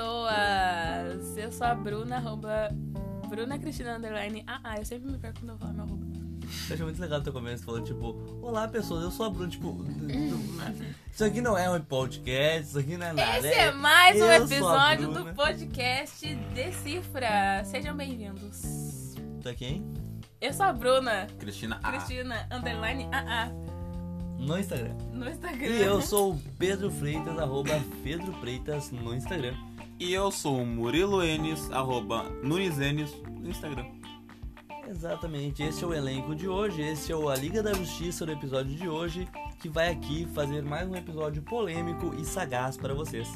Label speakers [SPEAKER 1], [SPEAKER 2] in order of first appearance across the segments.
[SPEAKER 1] pessoas! Eu sou a Bruna, arroba Bruna Cristina Underline. Ah, ah, eu sempre me perco quando eu falo meu arroba.
[SPEAKER 2] Eu achei muito legal no teu começo, falando tipo, olá pessoas, eu sou a Bruna, tipo, isso aqui não é um podcast, isso aqui não é nada.
[SPEAKER 1] Uhum. Esse é mais um
[SPEAKER 2] eu sou a
[SPEAKER 1] episódio
[SPEAKER 2] Bruna.
[SPEAKER 1] do podcast Decifra. Sejam bem-vindos.
[SPEAKER 2] Tá quem?
[SPEAKER 1] Eu sou a Bruna
[SPEAKER 3] Cristina
[SPEAKER 2] Ah.
[SPEAKER 3] A.
[SPEAKER 1] Cristina Underline AA
[SPEAKER 2] No Instagram.
[SPEAKER 1] no Instagram.
[SPEAKER 2] E eu sou o Pedro Freitas, arroba Pedro Freitas no Instagram.
[SPEAKER 3] E eu sou o Murilo Enes, arroba Nunes Enes, no Instagram.
[SPEAKER 2] Exatamente, esse é o elenco de hoje, esse é o A Liga da Justiça do episódio de hoje, que vai aqui fazer mais um episódio polêmico e sagaz para vocês.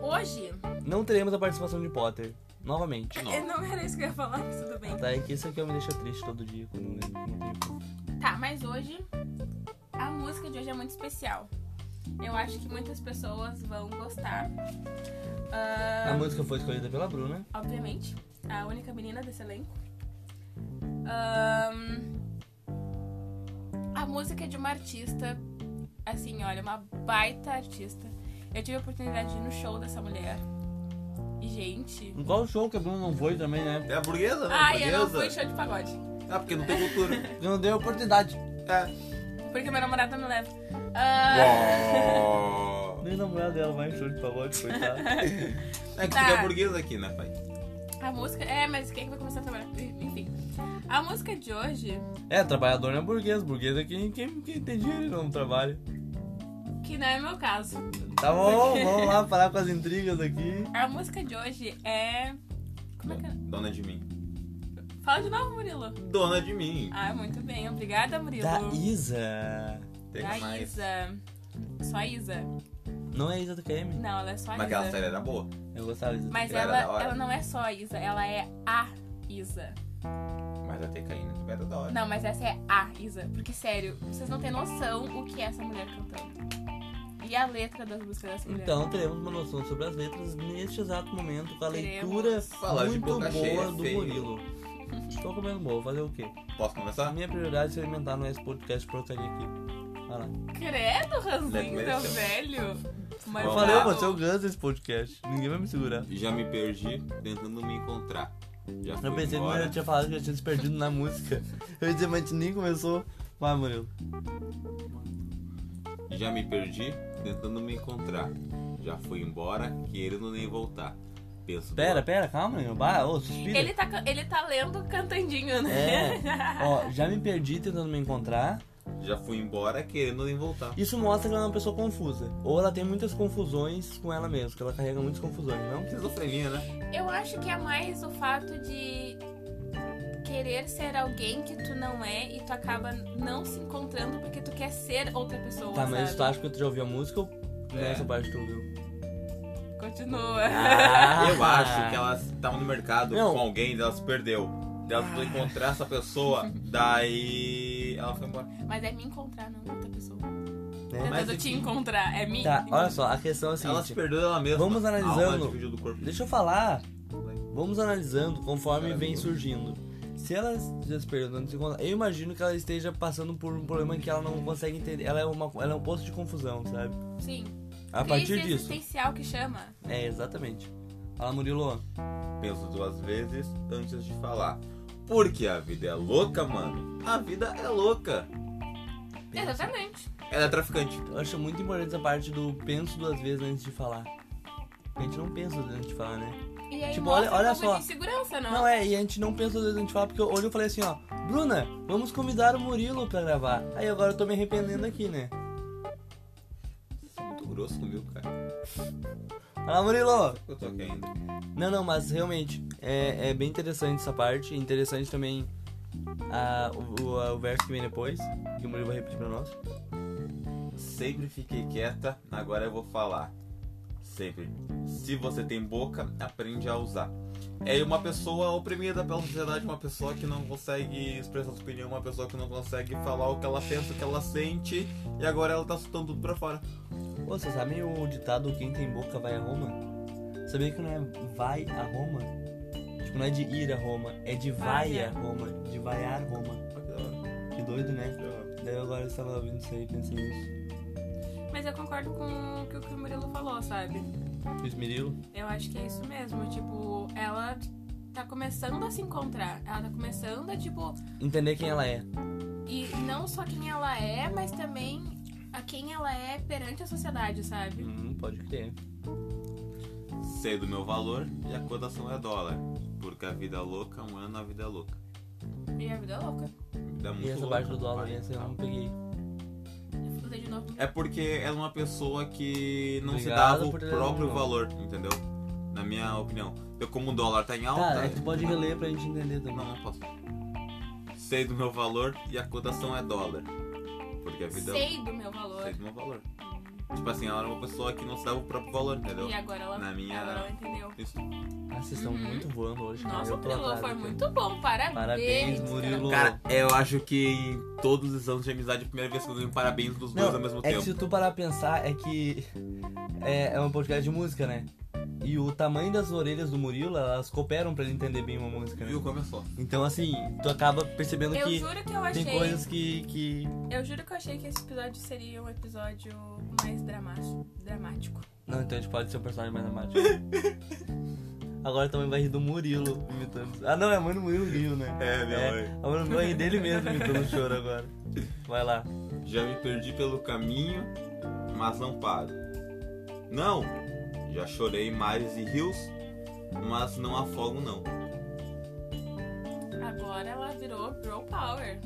[SPEAKER 1] Hoje,
[SPEAKER 2] Não teremos a participação de Potter, novamente.
[SPEAKER 3] Não.
[SPEAKER 1] eu não era isso que eu ia falar, mas tudo bem.
[SPEAKER 2] Tá, é que isso aqui me deixa triste todo dia quando não tem.
[SPEAKER 1] Tá, mas hoje a música de hoje é muito especial. Eu acho que muitas pessoas vão gostar. Ah,
[SPEAKER 2] A música foi escolhida pela Bruna.
[SPEAKER 1] Obviamente, a única menina desse elenco. Ahn, a música é de uma artista, assim, olha, uma baita artista. Eu tive a oportunidade de ir no show dessa mulher. E, gente.
[SPEAKER 2] Em Qual show que a Bruna não foi também, né?
[SPEAKER 3] É a burguesa? né?
[SPEAKER 1] Ai, Ah, eu não
[SPEAKER 3] burguesa.
[SPEAKER 1] fui em show de pagode.
[SPEAKER 3] Ah, porque não tem cultura.
[SPEAKER 2] Porque não deu oportunidade.
[SPEAKER 3] é.
[SPEAKER 1] Porque meu namorado não me leva. Ah,
[SPEAKER 3] Uó.
[SPEAKER 2] Nem a namorada dela vai em show de pagode, coitada.
[SPEAKER 3] É que
[SPEAKER 1] Tá.
[SPEAKER 3] fica burguesa aqui, né, pai?
[SPEAKER 1] a música. É, mas quem é que vai começar a trabalhar? Enfim. A música de hoje,
[SPEAKER 2] é, trabalhador não é burguês. Burguês é quem, quem, quem tem dinheiro não trabalha.
[SPEAKER 1] que não é meu caso.
[SPEAKER 2] Tá bom, vamos lá parar com as intrigas aqui.
[SPEAKER 1] A música de hoje é. Como é que é?
[SPEAKER 3] Dona de mim.
[SPEAKER 1] Fala de novo, Murilo.
[SPEAKER 3] Dona de mim.
[SPEAKER 1] Ah, muito bem. Obrigada, Murilo.
[SPEAKER 2] Da Isa.
[SPEAKER 3] Tem
[SPEAKER 1] Da
[SPEAKER 3] que mais.
[SPEAKER 1] Isa. Só a Isa.
[SPEAKER 2] Não é a Isa do KM?
[SPEAKER 1] Não, ela é só a
[SPEAKER 3] Mas aquela
[SPEAKER 1] Isa.
[SPEAKER 3] série era boa.
[SPEAKER 2] Eu gostava da Isa. do
[SPEAKER 1] Mas
[SPEAKER 2] KM.
[SPEAKER 3] Era
[SPEAKER 1] ela,
[SPEAKER 3] da hora.
[SPEAKER 1] ela não é só a Isa, ela é a Isa.
[SPEAKER 3] Mas a Tecaína era né? da hora.
[SPEAKER 1] Não, mas essa é a Isa. Porque, sério, vocês não têm noção o que é essa mulher cantando. E a letra das músicas dessa mulher.
[SPEAKER 2] Então teremos uma noção sobre as letras neste exato momento com a
[SPEAKER 1] Teremos.
[SPEAKER 2] leitura
[SPEAKER 3] Falar de
[SPEAKER 2] muito
[SPEAKER 3] boca
[SPEAKER 2] boa
[SPEAKER 3] cheia,
[SPEAKER 2] do
[SPEAKER 3] feio.
[SPEAKER 2] Murilo. Estou comendo boa, fazer o quê?
[SPEAKER 3] Posso
[SPEAKER 2] A
[SPEAKER 3] começar?
[SPEAKER 2] minha prioridade é se alimentar no esse podcast porcaria aqui. Vai lá.
[SPEAKER 1] Credo, Ranzinho, teu
[SPEAKER 3] Letra mesmo.
[SPEAKER 1] velho. tá Mas
[SPEAKER 2] Eu
[SPEAKER 3] Vamos
[SPEAKER 2] falei,
[SPEAKER 3] lá.
[SPEAKER 2] eu vou ser o Gus desse podcast. Ninguém vai me segurar.
[SPEAKER 3] Já me perdi tentando me encontrar. Já fui
[SPEAKER 2] Eu pensei que
[SPEAKER 3] embora.
[SPEAKER 2] eu tinha falado que eu tinha se perdido na música. Eu ia dizer, mas a gente nem começou. Vai, Murilo.
[SPEAKER 3] Já me perdi tentando me encontrar. Já fui embora, querendo nem voltar. Penso
[SPEAKER 2] Pera, pera, calma, meu. Bah, ô, suspira.
[SPEAKER 1] Ele tá, can- ele tá lendo cantandinho, né?
[SPEAKER 2] É. Ó, já me perdi tentando me encontrar.
[SPEAKER 3] Já fui embora querendo nem voltar.
[SPEAKER 2] Isso mostra que ela é uma pessoa confusa. Ou ela tem muitas confusões com ela mesma, que ela carrega muitas confusões, não?
[SPEAKER 3] Esquizofrenia, né?
[SPEAKER 1] Eu acho que é mais o fato de querer ser alguém que tu não é e tu acaba não se encontrando porque tu quer ser outra pessoa.
[SPEAKER 2] Tá, mas
[SPEAKER 1] sabe?
[SPEAKER 2] tu acha que tu já ouviu a música ou
[SPEAKER 3] É.
[SPEAKER 2] nessa parte tu ouviu?
[SPEAKER 1] Continua.
[SPEAKER 2] Ah.
[SPEAKER 3] Eu acho que elas estavam no mercado
[SPEAKER 2] Não. Ah.
[SPEAKER 3] com alguém, daí ela se perdeu. Daí Ela foi encontrar essa pessoa, daí ela foi embora.
[SPEAKER 1] Mas é me encontrar, não outra pessoa.
[SPEAKER 2] É.
[SPEAKER 3] Mas
[SPEAKER 1] Tentando te
[SPEAKER 3] enfim.
[SPEAKER 1] encontrar. É me.
[SPEAKER 2] Tá, olha só, a questão é a
[SPEAKER 3] Ela se
[SPEAKER 2] seguinte.
[SPEAKER 3] perdeu dela mesma.
[SPEAKER 2] Vamos
[SPEAKER 3] A
[SPEAKER 2] analisando.
[SPEAKER 3] Alma dividiu do corpo.
[SPEAKER 2] Deixa eu falar. Vamos analisando conforme
[SPEAKER 3] Caramba.
[SPEAKER 2] vem surgindo. Se ela já se perdeu, não se encontra- eu imagino que ela esteja passando por um problema que ela não consegue entender. Ela é, uma, ela é um posto de confusão, sabe?
[SPEAKER 1] Sim.
[SPEAKER 2] A
[SPEAKER 1] Crise
[SPEAKER 2] partir disso.
[SPEAKER 1] existencial que chama.
[SPEAKER 2] É, exatamente. Fala, Murilo.
[SPEAKER 3] Penso duas vezes antes de falar. Porque a vida é louca, mano. A vida é louca.
[SPEAKER 1] Exatamente.
[SPEAKER 2] assim.
[SPEAKER 3] Ela é traficante.
[SPEAKER 2] Eu acho muito importante essa parte do penso duas vezes antes de falar. A gente não pensa antes de falar, né?
[SPEAKER 1] E aí
[SPEAKER 2] Tipo,
[SPEAKER 1] mostra
[SPEAKER 2] olha- olha
[SPEAKER 1] um pouco
[SPEAKER 2] só.
[SPEAKER 1] de insegurança, não?
[SPEAKER 2] Não, é, e a gente não pensa duas vezes antes de falar, porque hoje eu falei assim, ó, Bruna, vamos convidar o Murilo pra gravar. Aí agora eu tô me arrependendo aqui, né?
[SPEAKER 3] é Muito grosso comigo, cara.
[SPEAKER 2] Fala, Murilo!
[SPEAKER 3] Eu tô aqui ainda.
[SPEAKER 2] Não, não, mas realmente é, é bem interessante essa parte. Interessante também a, o, o- a- o verso que vem depois, que o Murilo vai repetir pra nós.
[SPEAKER 3] Sempre fiquei quieta, agora eu vou falar. Sempre. Se você tem boca, aprende a usar. É uma pessoa oprimida pela sociedade, uma pessoa que não consegue expressar sua opinião, uma pessoa que não consegue falar o que ela pensa, o que ela sente, e agora ela tá soltando tudo pra fora.
[SPEAKER 2] Ô, vocês sabem o ditado quem tem boca vai a Roma? Sabia que não é vai a Roma? Tipo, não é de ir a Roma, é de vai a Roma, de vaiar Roma.
[SPEAKER 3] Olha que da hora,
[SPEAKER 2] Que doido, né?
[SPEAKER 3] que da hora.
[SPEAKER 2] Daí agora eu estava ouvindo isso aí e pensei nisso.
[SPEAKER 1] Mas eu concordo com o que o Murilo falou, sabe?
[SPEAKER 2] Luiz Mirilo.
[SPEAKER 1] Eu acho que é isso mesmo. Tipo, ela tá começando a se encontrar. Ela tá começando a, tipo,
[SPEAKER 2] Entender quem ela é.
[SPEAKER 1] e não só quem ela é, mas também a quem ela é perante a sociedade, sabe?
[SPEAKER 2] Hum, pode crer.
[SPEAKER 3] Sei do meu valor e a cotação é dólar. Porque a vida é louca, um ano a vida é louca.
[SPEAKER 1] E a vida é louca.
[SPEAKER 3] A vida é muito
[SPEAKER 2] E essa
[SPEAKER 3] louca,
[SPEAKER 2] parte do dólar,
[SPEAKER 3] pai.
[SPEAKER 2] essa eu não peguei.
[SPEAKER 1] Eu Fudei de novo.
[SPEAKER 3] É porque ela é uma pessoa que não
[SPEAKER 2] Obrigado
[SPEAKER 3] se dava o
[SPEAKER 2] por ter
[SPEAKER 3] próprio
[SPEAKER 2] dado.
[SPEAKER 3] valor, entendeu? Na minha opinião. Eu, como o dólar tá em alta.
[SPEAKER 2] Tá, é que tu pode reler pra gente entender também.
[SPEAKER 3] Não, não posso. Sei do meu valor e a cotação é dólar. Porque a vida
[SPEAKER 1] Sei do meu
[SPEAKER 3] é.
[SPEAKER 1] valor.
[SPEAKER 3] Sei do meu valor. Tipo assim, ela era uma pessoa que não se dava o próprio valor, entendeu?
[SPEAKER 1] E agora ela,
[SPEAKER 3] Na minha-
[SPEAKER 1] agora ela entendeu.
[SPEAKER 3] Isso.
[SPEAKER 2] Ah, vocês estão
[SPEAKER 1] Uhum.
[SPEAKER 2] muito voando hoje, cara.
[SPEAKER 1] Nossa,
[SPEAKER 2] eu
[SPEAKER 1] o
[SPEAKER 2] tô
[SPEAKER 1] Murilo
[SPEAKER 2] atrás
[SPEAKER 1] foi
[SPEAKER 2] aqui.
[SPEAKER 1] muito bom. Parabéns.
[SPEAKER 2] Parabéns,
[SPEAKER 1] cara.
[SPEAKER 2] Murilo.
[SPEAKER 3] Cara, eu acho que em todos os anos de amizade, é a primeira vez que eu ganho parabéns dos dois
[SPEAKER 2] Não,
[SPEAKER 3] ao mesmo
[SPEAKER 2] é
[SPEAKER 3] tempo.
[SPEAKER 2] que se tu parar a pensar, é que é, é um podcast de música, né? E o tamanho das orelhas do Murilo, elas cooperam pra ele entender bem uma música, né?
[SPEAKER 3] Viu? Começou.
[SPEAKER 2] Então, assim, tu acaba percebendo
[SPEAKER 1] Eu
[SPEAKER 2] que
[SPEAKER 1] juro que eu
[SPEAKER 2] tem
[SPEAKER 1] achei.
[SPEAKER 2] coisas que, que...
[SPEAKER 1] Eu juro que eu achei que esse episódio seria um episódio mais dramático. dramático.
[SPEAKER 2] Não, então a gente pode ser um personagem mais dramático. Agora também vai rir do Murilo imitando. Ah, não, é a mãe do Murilo Rio, né?
[SPEAKER 3] É, minha
[SPEAKER 2] É, a mãe do Murilo ri dele mesmo imitando o choro agora. Vai lá.
[SPEAKER 3] Já me perdi pelo caminho, mas não paro. Não! Já chorei mares e rios, mas não afogo não.
[SPEAKER 1] Agora ela virou Bro Power.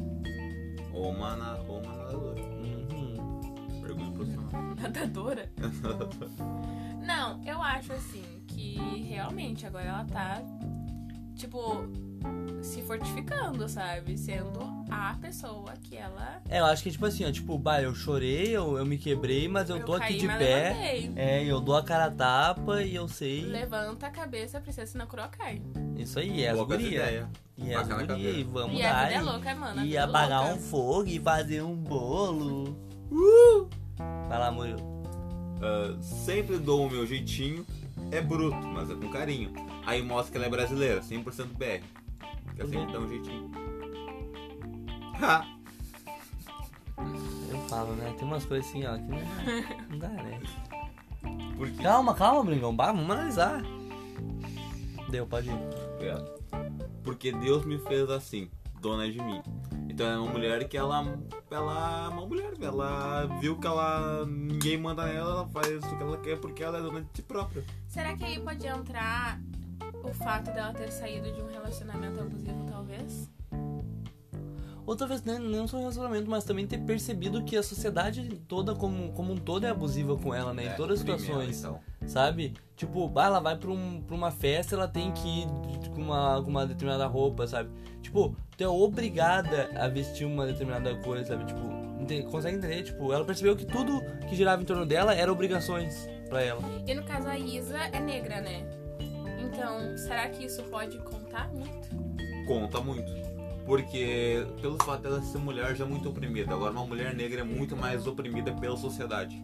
[SPEAKER 3] Ou uma, na, ou uma nadadora.
[SPEAKER 2] Uhum.
[SPEAKER 3] Pergunta profissional.
[SPEAKER 1] Nadadora. Não, eu acho assim que realmente agora ela tá, tipo, se fortificando, sabe? Sendo a pessoa que ela.
[SPEAKER 2] É, eu acho que é tipo assim, ó, tipo, bah, eu chorei, eu, eu me quebrei, mas eu, tô
[SPEAKER 1] caí,
[SPEAKER 2] aqui de
[SPEAKER 1] mas
[SPEAKER 2] pé.
[SPEAKER 1] levantei.
[SPEAKER 2] É, eu dou a cara a tapa e eu sei.
[SPEAKER 1] Levanta a cabeça, princesa na Kurocai.
[SPEAKER 2] Isso aí, é as
[SPEAKER 3] Poucas
[SPEAKER 2] gurias.
[SPEAKER 3] ideias.
[SPEAKER 2] E é as
[SPEAKER 3] Taca na
[SPEAKER 2] gurias, e
[SPEAKER 3] cadeira.
[SPEAKER 2] vamos
[SPEAKER 1] E a
[SPEAKER 2] dar.
[SPEAKER 1] vida é louca, mano. a
[SPEAKER 2] e
[SPEAKER 1] vida é
[SPEAKER 2] apagar
[SPEAKER 1] louca.
[SPEAKER 2] um fogo e fazer um bolo. Uh! Vai lá, Murilo.
[SPEAKER 3] Ah, sempre dou o meu jeitinho. É bruto, mas é com carinho. Aí mostra que ela é brasileira, 100% BR. Que ela
[SPEAKER 2] Uhum.
[SPEAKER 3] sempre dá um jeitinho. Ha!
[SPEAKER 2] Eu falo, né? Tem umas coisas assim, ó, que não, não dá, né?
[SPEAKER 3] Porque
[SPEAKER 2] Calma, calma, Bringão. Bah, vamos analisar. Deu, pode ir.
[SPEAKER 3] Obrigado. Porque Deus me fez assim, dona de mim. Então é uma mulher que ela. Ela é uma mulher, ela viu que ela. ninguém manda nela, ela faz o que ela quer porque ela é dona de si própria.
[SPEAKER 1] Será que aí pode entrar o fato dela ter saído de um relacionamento abusivo, talvez?
[SPEAKER 2] Outra vez, né, não só o relacionamento, mas também ter percebido que a sociedade toda, como, como um todo, é abusiva com ela, né? em todas as situações. sabe? Tipo, ah, ela vai pra, um, pra uma festa, ela tem que ir de- com uma, com uma determinada roupa, sabe? Tipo, tu é obrigada a vestir uma determinada coisa, sabe? Tipo, ente- consegue entender? Tipo, ela percebeu que tudo que girava em torno dela era obrigações pra ela.
[SPEAKER 1] E no caso a Isa é negra, né? Então, será que isso pode contar muito?
[SPEAKER 3] Conta muito. Porque pelo fato dela ser mulher já é muito oprimida. Agora uma mulher negra é muito mais oprimida pela sociedade.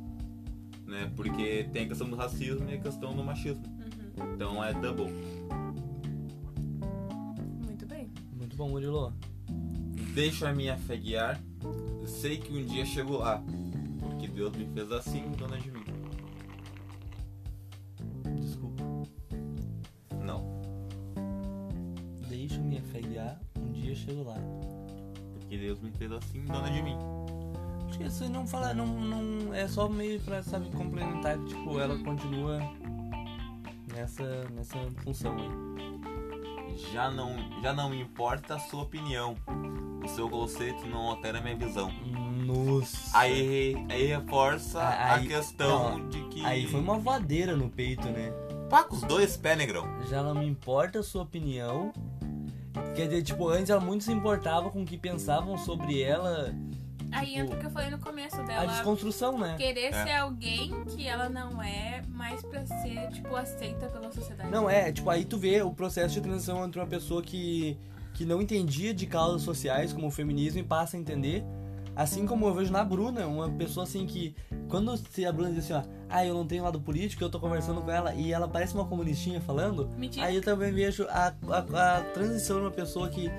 [SPEAKER 3] Né? Porque tem a questão do racismo e a questão do machismo. Então é double.
[SPEAKER 1] Muito bem.
[SPEAKER 2] Muito bom, Murilo.
[SPEAKER 3] Deixo a minha fé guiar. Sei que um dia chego lá. Porque Deus me fez assim, dona de mim.
[SPEAKER 2] Desculpa.
[SPEAKER 3] Não.
[SPEAKER 2] Deixa minha fé guiar, um dia eu chego lá.
[SPEAKER 3] Porque Deus me fez assim, dona de mim.
[SPEAKER 2] Acho que isso aí não fala, não, não. É só meio pra, sabe, complementar que, tipo, ela continua nessa, nessa função aí.
[SPEAKER 3] Já não, já não me importa a sua opinião. O seu conceito não altera a minha visão.
[SPEAKER 2] Nossa.
[SPEAKER 3] Aí, aí reforça
[SPEAKER 2] Ah, aí-
[SPEAKER 3] a questão
[SPEAKER 2] não,
[SPEAKER 3] de que.
[SPEAKER 2] Aí foi uma voadeira no peito, né?
[SPEAKER 3] Pá, com os dois pés, negrão.
[SPEAKER 2] Já não me importa a sua opinião. Quer dizer, tipo, antes ela muito se importava com o que pensavam sobre ela.
[SPEAKER 1] Aí
[SPEAKER 2] Tipo,
[SPEAKER 1] entra o que eu falei no começo
[SPEAKER 2] A
[SPEAKER 1] dela.
[SPEAKER 2] desconstrução, né?
[SPEAKER 1] Querer
[SPEAKER 3] É.
[SPEAKER 1] ser alguém que ela não é, mas pra ser, tipo, aceita pela sociedade.
[SPEAKER 2] Não, é, tipo, aí tu vê o processo de transição entre uma pessoa que, que não entendia de causas sociais, como o feminismo, e passa a entender. Assim como eu vejo na Bruna, uma pessoa assim que. Quando se a Bruna diz assim, ó, ah, eu não tenho lado político, eu tô conversando com ela, e ela parece uma comunistinha falando,
[SPEAKER 1] Mentira.
[SPEAKER 2] Aí eu também vejo a, a, a transição de uma pessoa que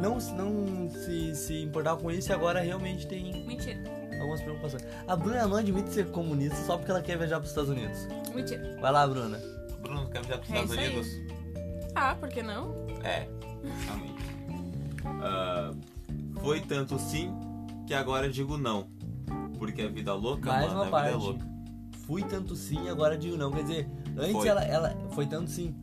[SPEAKER 2] não, se- não se, se importava com isso e agora realmente tem.
[SPEAKER 1] Mentira.
[SPEAKER 2] algumas preocupações. A Bruna não admite ser comunista só porque ela quer viajar pros Estados Unidos.
[SPEAKER 1] Mentira.
[SPEAKER 2] Vai lá, Bruna.
[SPEAKER 3] Bruno, quer viajar pros
[SPEAKER 1] É
[SPEAKER 3] Estados
[SPEAKER 1] isso aí.
[SPEAKER 3] Unidos?
[SPEAKER 1] Ah, por que não?
[SPEAKER 3] É, realmente. Ah, foi tanto sim que agora eu digo não. Porque a vida é louca,
[SPEAKER 2] Mais
[SPEAKER 3] mano,
[SPEAKER 2] uma
[SPEAKER 3] a
[SPEAKER 2] parte.
[SPEAKER 3] vida é louca.
[SPEAKER 2] Fui tanto sim, agora digo não. Quer dizer, antes
[SPEAKER 3] Foi.
[SPEAKER 2] Ela, ela. Foi tanto sim.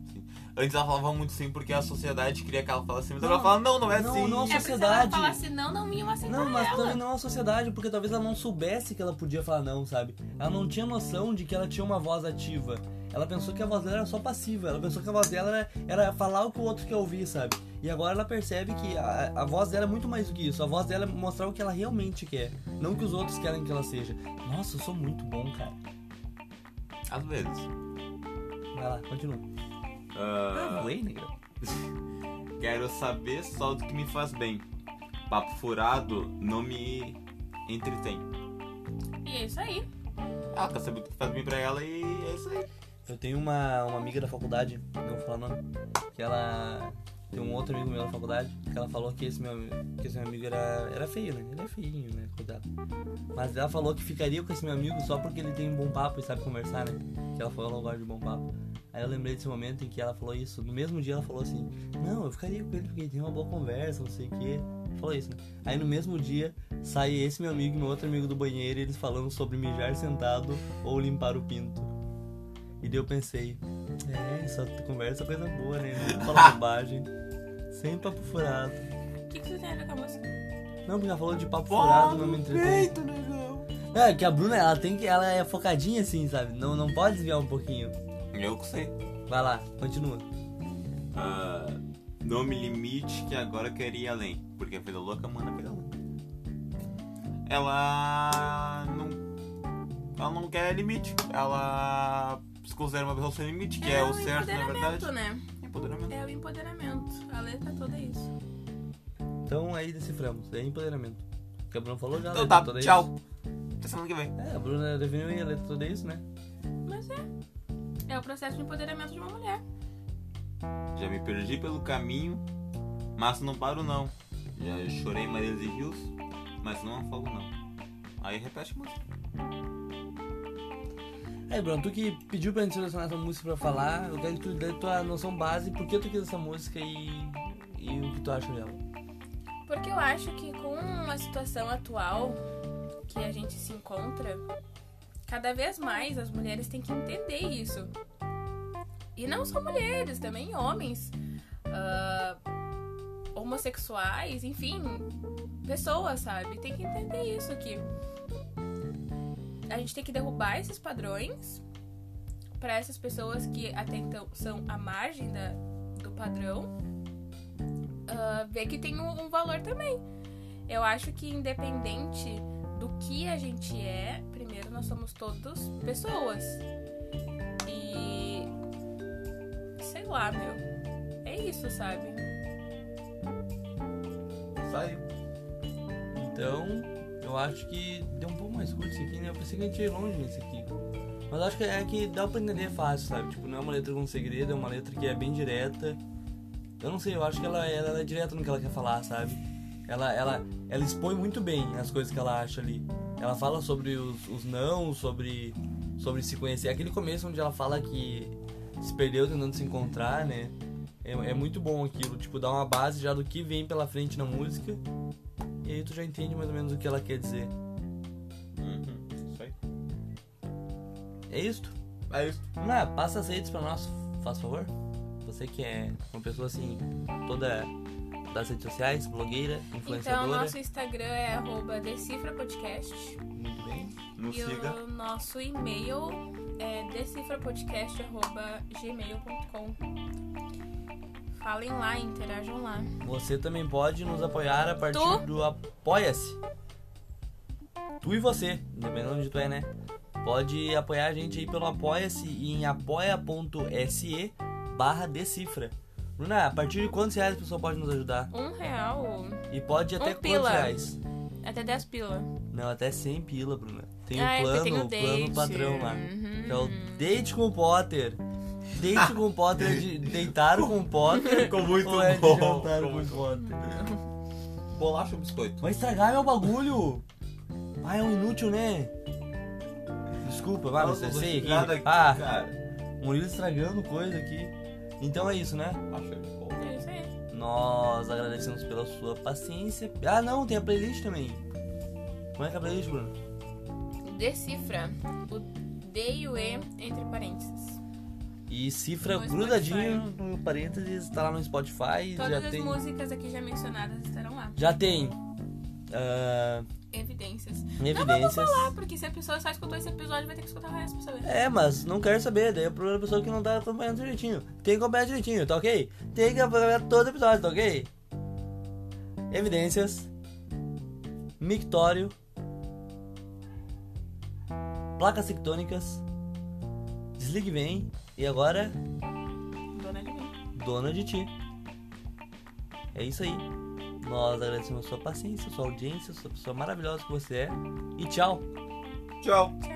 [SPEAKER 3] Antes ela falava muito sim porque a sociedade queria que ela falasse sim, mas
[SPEAKER 2] Não,
[SPEAKER 3] agora ela fala não, não é
[SPEAKER 2] não,
[SPEAKER 3] assim.
[SPEAKER 2] não.
[SPEAKER 1] É porque se ela
[SPEAKER 2] Sociedade.
[SPEAKER 1] falasse não, não iam aceitar
[SPEAKER 2] Não, mas
[SPEAKER 1] ela.
[SPEAKER 2] também não a sociedade, porque talvez ela não soubesse que ela podia falar não, sabe? Ela não tinha noção de que ela tinha uma voz ativa. Ela pensou que a voz dela era só passiva, ela pensou que a voz dela era, era falar o que o outro quer ouvir, sabe? E agora ela percebe que a, a voz dela é muito mais do que isso. A voz dela é mostrar o que ela realmente quer, não o que os outros querem que ela seja. Nossa, eu sou muito bom, cara.
[SPEAKER 3] Às vezes.
[SPEAKER 2] Vai lá, continua.
[SPEAKER 3] Ah,
[SPEAKER 2] Ah, voei, negra.
[SPEAKER 3] Quero saber só do que me faz bem. Papo furado não me entretém.
[SPEAKER 1] E é isso aí.
[SPEAKER 3] Ela quer saber o que faz bem pra ela e é isso aí.
[SPEAKER 2] Eu tenho uma, uma amiga da faculdade, não vou falar o nome, que ela. Tem um outro amigo meu da faculdade, que ela falou que esse meu, que esse meu amigo era, era feio, né? Ele é feinho, né? Cuidado. Mas ela falou que ficaria com esse meu amigo só porque ele tem um bom papo e sabe conversar, né? Que ela falou, ela gosta de bom papo. Aí eu lembrei desse momento em que ela falou isso. No mesmo dia ela falou assim: Não, eu ficaria com ele porque ele tem uma boa conversa, não sei o quê. Falou isso, né? Aí no mesmo dia sai esse meu amigo e meu outro amigo do banheiro e eles falando sobre mijar sentado ou limpar o pinto. E daí eu pensei, é, só tu conversa coisa boa, né? Não fala bobagem. Sem papo furado.
[SPEAKER 1] O que, que você tem a ver com a música?
[SPEAKER 2] Não, porque ela falou de papo furado, não me entretém.
[SPEAKER 3] negão.
[SPEAKER 2] Não, é que a Bruna, ela tem que. Ela é focadinha assim, sabe? Não, não pode desviar um pouquinho.
[SPEAKER 3] Eu que sei.
[SPEAKER 2] Vai lá, continua.
[SPEAKER 3] Ah, não me limite que agora eu quero ir além. Porque a vida é louca, mano, a vida é louca. Ela não. Ela não quer limite. Ela se considera uma pessoa sem limite, que é, o
[SPEAKER 1] o
[SPEAKER 3] certo, na
[SPEAKER 1] empoderamento,
[SPEAKER 3] verdade.
[SPEAKER 1] né?
[SPEAKER 3] Empoderamento.
[SPEAKER 1] É o empoderamento. A letra toda é isso.
[SPEAKER 2] Então aí deciframos. É empoderamento. O que a Bruna falou já.
[SPEAKER 3] Então
[SPEAKER 2] né?
[SPEAKER 3] tá,
[SPEAKER 2] Toda isso.
[SPEAKER 3] tchau. Até semana que vem.
[SPEAKER 2] É, a Bruna definiu e a letra toda isso, né?
[SPEAKER 1] Mas é. É o processo de empoderamento de uma mulher.
[SPEAKER 3] Já me perdi pelo caminho, mas não paro não. Já chorei marés e rios, mas não afogo não. Aí repete a música.
[SPEAKER 2] Aí, Bruno, tu que pediu pra gente selecionar essa música pra falar, eu quero que tu dê tua noção base, por que tu quis essa música e, e o que tu acha dela.
[SPEAKER 1] Porque eu acho que com a situação atual que a gente se encontra, cada vez mais as mulheres têm que entender isso. E não só mulheres, também homens, ah, homossexuais, enfim, pessoas, sabe? Tem que entender isso que a gente tem que derrubar esses padrões para essas pessoas que até então são à margem da, do padrão ah, ver que tem um, um valor também. Eu acho que independente do que a gente é, primeiro nós somos todos pessoas. E sei lá, meu. É isso, sabe?
[SPEAKER 3] Saiu.
[SPEAKER 2] Então, eu acho que deu um pouco mais curto isso aqui, né? Eu pensei que a gente ia longe nesse aqui. Mas acho que é que dá pra entender fácil, sabe? Tipo, não é uma letra com segredo, é uma letra que é bem direta. Eu não sei, eu acho que ela, ela, é direta no que ela quer falar, sabe? Ela, ela, ela expõe muito bem as coisas que ela acha ali. Ela fala sobre os, os não, sobre, sobre se conhecer. Aquele começo onde ela fala que se perdeu tentando se encontrar, né? É, é muito bom aquilo, tipo, dá uma base já do que vem pela frente na música. E aí tu já entende mais ou menos o que ela quer dizer.
[SPEAKER 3] Uhum. Isso aí.
[SPEAKER 2] É isto?
[SPEAKER 3] É isso.
[SPEAKER 2] Ah, passa as redes pra nós, faz favor. Você que é uma pessoa assim, toda das redes sociais, blogueira,
[SPEAKER 1] Então,
[SPEAKER 2] influenciadora.
[SPEAKER 1] nosso Instagram é arroba decifrapodcast.
[SPEAKER 2] Muito bem.
[SPEAKER 3] Nos
[SPEAKER 1] E
[SPEAKER 3] siga.
[SPEAKER 1] o nosso e-mail é decifrapodcast.gmail.com. Falem lá, interajam lá.
[SPEAKER 2] Você também pode nos apoiar a partir
[SPEAKER 1] Tu?
[SPEAKER 2] do Apoia-se. Tu e você, dependendo de onde tu é, né? Pode apoiar a gente aí pelo Apoia-se em apoia.se barra decifra. Bruna, a partir de quantos reais a pessoa pode nos ajudar?
[SPEAKER 1] Um real.
[SPEAKER 2] E pode ir até
[SPEAKER 1] Um
[SPEAKER 2] quantos
[SPEAKER 1] pila.
[SPEAKER 2] reais?
[SPEAKER 1] Até 10 pila.
[SPEAKER 2] Não, até 100 pila, Bruna. Tem
[SPEAKER 1] Ah, é
[SPEAKER 2] um
[SPEAKER 1] porque
[SPEAKER 2] plano,
[SPEAKER 1] tem o
[SPEAKER 2] o plano
[SPEAKER 1] date.
[SPEAKER 2] padrão lá.
[SPEAKER 1] Uhum.
[SPEAKER 2] Que é o date com o Potter. Date com o Potter é de deitar com o Potter.
[SPEAKER 3] Ficou muito
[SPEAKER 2] ou é de
[SPEAKER 3] bom.
[SPEAKER 2] jantar
[SPEAKER 3] Ficou
[SPEAKER 2] com o
[SPEAKER 3] muito
[SPEAKER 2] Potter.
[SPEAKER 3] Bolacha ou biscoito?
[SPEAKER 2] Vai estragar meu bagulho! Ah, é um inútil, né? Desculpa, vai, me
[SPEAKER 3] Nossa, eu não
[SPEAKER 2] estressei
[SPEAKER 3] gostei
[SPEAKER 2] aqui.
[SPEAKER 3] nada aqui,
[SPEAKER 2] Ah,
[SPEAKER 3] cara.
[SPEAKER 2] Murilo estragando coisa aqui. Então é isso, né?
[SPEAKER 3] Acho que é bom.
[SPEAKER 1] É isso aí.
[SPEAKER 2] Nós agradecemos pela sua paciência. Ah, não, tem a playlist também. Como é que é a playlist, Bruno?
[SPEAKER 1] Decifra o D e o E entre parênteses.
[SPEAKER 2] E cifra
[SPEAKER 1] No
[SPEAKER 2] grudadinho no parênteses, tá lá no Spotify.
[SPEAKER 1] Todas
[SPEAKER 2] já
[SPEAKER 1] as
[SPEAKER 2] tem.
[SPEAKER 1] músicas aqui já mencionadas estarão lá.
[SPEAKER 2] Já tem. ah,
[SPEAKER 1] Evidências.
[SPEAKER 2] evidências.
[SPEAKER 1] Não vou falar, porque se a pessoa só escutou esse episódio, vai ter que escutar o resto pra saber.
[SPEAKER 2] É, mas não quero saber, daí é o problema da pessoa que não tá acompanhando direitinho. Tem que acompanhar direitinho, tá ok? Tem que acompanhar todo episódio, tá ok? Evidências. Mictório. Placas tectônicas. Desligue vem. E agora, É.
[SPEAKER 1] Dona de mim.
[SPEAKER 2] dona de ti. É isso aí. Nós agradecemos sua paciência, sua audiência, sua pessoa maravilhosa que você é. E tchau!
[SPEAKER 3] Tchau.
[SPEAKER 1] Tchau.